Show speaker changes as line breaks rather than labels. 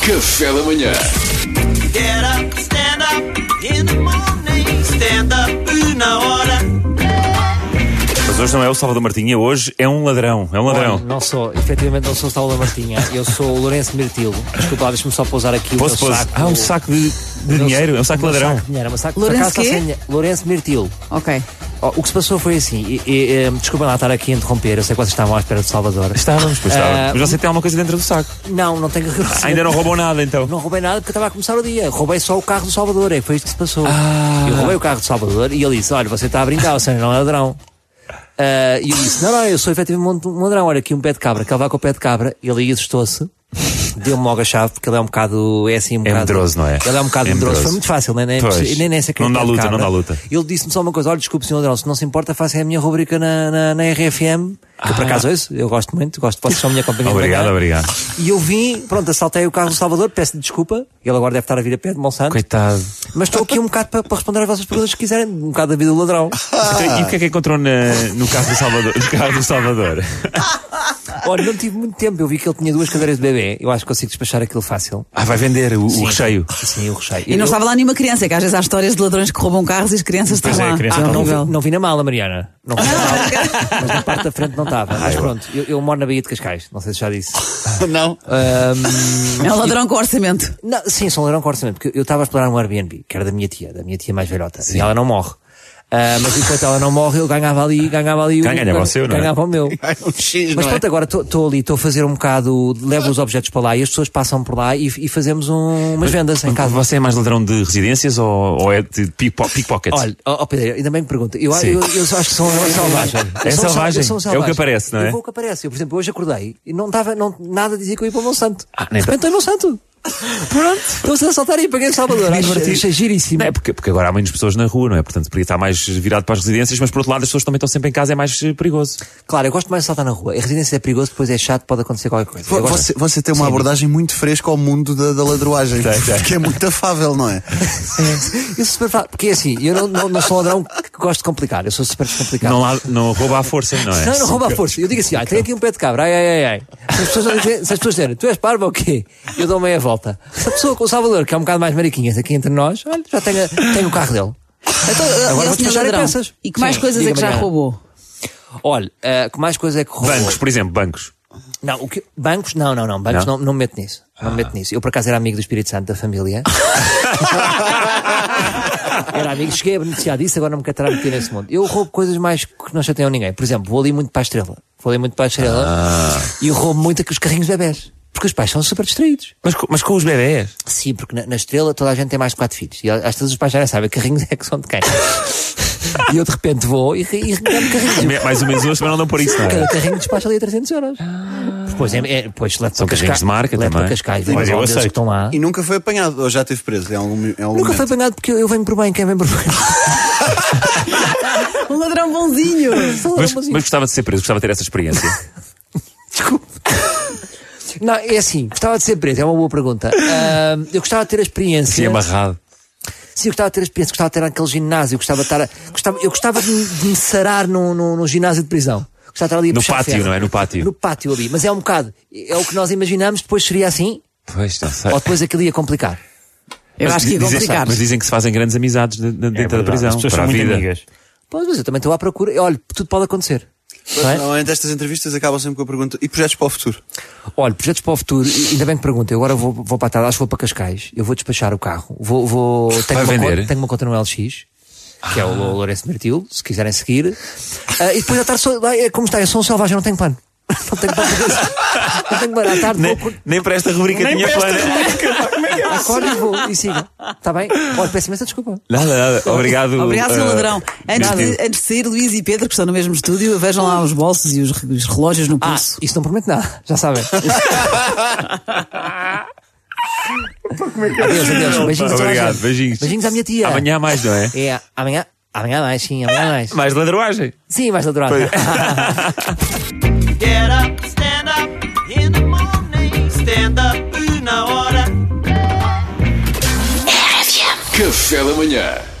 Café da Manhã.
Get up, stand up in the morning. Stand up na hora.
Mas hoje não é o Salvador Martinha, hoje é um ladrão. É um ladrão.
Olha, não sou, efetivamente não sou o Saulo da Martinha, eu sou o Lourenço Mirtilo. Desculpa, lá, deixa-me só pousar aqui
Posso,
o meu
posso?
saco.
Ah, um saco de, de
o meu
dinheiro, é um saco de
o meu
ladrão.
saco de dinheiro, é um saco
Lourenço
por acaso está
quê?
sem dinheiro. Lourenço Mirtilo.
Ok.
Oh, o que se passou foi assim, e, e, eh, desculpem lá estar aqui a interromper, eu sei que vocês estavam à espera do Salvador.
Estávamos, pois estava.
Ah,
Mas você tem alguma coisa dentro do saco.
Não, não tenho
Ainda não roubou nada, então.
Não roubei nada porque eu estava a começar o dia. Roubei só o carro do Salvador, é que foi isto que se passou.
Ah.
Eu roubei o carro do Salvador e ele disse: Olha, você está a brincar, você não é ladrão. Ah, e eu disse: Não, não, eu sou efetivamente um ladrão. Olha, aqui um pé de cabra, que ele vai com o pé de cabra. Ele aí assustou-se. Deu-me logo a chave, porque ele é um bocado. É assim um bocado.
medroso, não é?
Ele é um bocado
É
medroso.
medroso.
Foi muito fácil, nem, nem,
Pois.
nem, nem sei que
Não dá
pé de
luta, não
cabra.
dá luta.
Ele disse-me só uma coisa: Olha, desculpe, senhor ladrão, se não se importa, faça a minha rubrica na, na, na RFM. Que por acaso ouço, eu gosto muito, gosto, vocês são a minha companhia. de
Ah. Obrigado,
manhã.
obrigado.
E eu vim, pronto, assaltei o carro do Salvador, peço desculpa, ele agora deve estar a vir a pé de Monsanto.
Coitado.
Mas estou aqui um bocado para, para responder às vossas perguntas, se quiserem, um bocado da vida do ladrão.
E o que é que encontrou na- no carro do Salvador? No carro do Salvador?
Olha, não tive muito tempo, eu vi que ele tinha duas cadeiras de bebê, eu acho que consigo despachar aquilo fácil.
Ah, vai vender o, o recheio.
Sim, o recheio.
E
Eu-
não estava lá nenhuma criança, é que às vezes há histórias de ladrões que roubam carros e as crianças estão
Pois é,
lá.
a criança
Ah,
está lá.
não,
horrível. Ah,
vi, não vi na mala, Mariana. Não vi na mala, mas na parte da frente não estava. Mas pronto, eu, eu moro na Baía de Cascais, não sei se já disse.
Não.
É um ladrão com orçamento.
Não, sim, sou um ladrão com orçamento, porque eu estava a explorar um Airbnb, que era da minha tia, da minha tia mais velhota, e ela não morre. Ah, mas enquanto ela não morre, eu ganhava ali, ganhava ali o.
Ganha- ganhava o seu, não é?
Ganhava o meu.
É um X,
Mas
não é?
pronto, agora estou ali, estou a fazer um bocado, levo os objetos para lá e as pessoas passam por lá e, e fazemos um- umas vendas em casa.
Você é mais ladrão de residências ou, ou é de pickpo- pickpockets?
Olha, ó ó, Pedro, ainda bem que pergunta. Eu,
Sim.
eu, eu acho que sou um selvagem.
É
Eu sou um
selvagem.
eu sou um
É o que aparece, não é?
Eu vou o que aparece. Eu, por exemplo, hoje acordei e não estava não, nada dizia que eu ia para o Monsanto.
Ah,
de repente estou em Monsanto. Pronto, estou-se a saltar e paguei em Salvador. Acho- Achei giríssimo.
Não é porque, porque agora há menos pessoas na rua, não é? Portanto, podia estar mais virado para as residências, mas por outro lado, as pessoas também estão sempre em casa, é mais eh, perigoso.
Claro, eu gosto mais de saltar na rua. A residência é perigoso, depois é chato, pode acontecer qualquer coisa. Eu
Vo-
gosto-
Você, você tem uma abordagem muito fresca ao mundo da, da ladroagem, que é muito afável, não é?
Isso é super fácil. Porque é assim, eu não, não, não sou um ladrão que gosto de complicar, eu sou super descomplicado.
Não, lá- não rouba à força, não é?
Não, não rouba a força. Eu digo assim, ah, tem aqui um pé de cabra, ai, ai, ai, ai. Se as pessoas, não dizem- se as pessoas dizerem, tu és parvo ou quê? Eu dou meia volta. Se a pessoa com o Salvador, que é um bocado mais mariquinhas aqui entre nós, olha, já tem, a- tem o carro dele. Então,
E
agora
é o
vou
senhor
despachar em
ladrão.
peças.
E que mais
Sim,
coisas é que
diga-me
já
agora.
roubou?
Olha, ah, que mais coisa é que roubou?
Bancos, por exemplo, bancos.
Não, o que, bancos? Não, não, não. Bancos
Não? Ah.
não, não, me meto nisso. Não me meto nisso. Eu, por acaso, era amigo do Espírito Santo da família. era amigo. Cheguei a beneficiar disso, agora não me quero estar a meter nesse mundo. Eu roubo coisas mais que não chateiam ninguém. Por exemplo, vou ali muito para a estrela. Vou ali muito para a estrela
Ah.
e roubo muito aqui os carrinhos de bebés. Porque os pais são super distraídos.
Mas, co- mas com os bebés.
Sim, porque na, na estrela toda a gente tem mais de quatro filhos. E às vezes os pais já sabem carrinhos é que são de quem. e eu, de repente, vou e, e reclamo carrinhos.
Me- Mais ou menos hoje, mas não dão por isso, não é?
Cada carrinho despacha ali a 300 euros. Depois, é, é, depois levo
São
para
carrinhos
Cascais-
de marca
levo
também.
para Cascais,
Mas
vejo
eu
lá onde eles
aceito.
estão lá.
E nunca foi apanhado, ou já teve preso em algum, em algum
Nunca foi
momento.
apanhado porque eu, eu venho por bem, quem vem por bem.
Um ladrão bonzinho.
Sou
Mas,
ladrão, mas-
mas gostava de ser preso, gostava de ter essa experiência.
Desculpa. Não, é assim, gostava de ser preso, é uma boa pergunta. Ah, eu gostava de ter a experiência.
Sim, amarrado.
Sim, eu gostava de ter a experiência, gostava de ter aquele ginásio, gostava de estar. a- gostava, eu gostava de, me- de me sarar num, num, num ginásio de prisão. Gostava de estar ali a
No
puxar
pátio,
ferro.
não é? No pátio.
No pátio ali, mas é um bocado. É o que nós imaginamos, depois seria assim,
Pois,
tá
não sei.
ou depois aquilo ia complicar.
Eu acho que é ia
dizem,
complicar.
mas dizem que se fazem grandes amizades de- de- dentro da
É verdade,
prisão.
As pessoas
para
são
a
muito
vida.
amigas.
Pois, mas eu também estou à procura. Olha, tudo pode acontecer. Não é?
Normalmente estas entrevistas acabam sempre com a pergunta: e projetos para o futuro?
Olha, projetos para o futuro, e- ainda bem que pergunta. Eu agora vou, vou para a tarde, acho que vou para Cascais, eu vou despachar o carro. Vou, vou,
Vai
tenho, uma
vender? Ah.
Conta, tenho uma conta no LX, que é o Lou- Lourenço Mertil, se quiserem seguir. Ah, e depois à tarde, sou, lá, é como está, eu sou um selvagem, não tenho plano. Não tenho plano para isso. Não tenho plano. À tarde
Nem, é
vou,
nem para esta rubrica tinha plano.
acordo e vou, e sigo. Está bem? Olha, peço imensa desculpa.
Nada, nada. Obrigado.
Obrigado, Sr.
eh,
Ladrão. Antes
Martim.
de, antes de sair, Luís e Pedro, que estão no mesmo estúdio, vejam lá os bolsos e os, re- os relógios no
Ah,
pulso.
isso não promete nada, já sabem. Adeus, adeus. Beijinhos a toda a
Obrigado,
gente.
beijinhos.
Beijinhos à minha tia.
Amanhã há mais, não é?
É, amanhã, amanhã mais, sim, amanhã mais.
Mais ladroagem.
Sim, mais natural.
Get up, stand up in the morning. Stand up na hora.
Café da Manhã.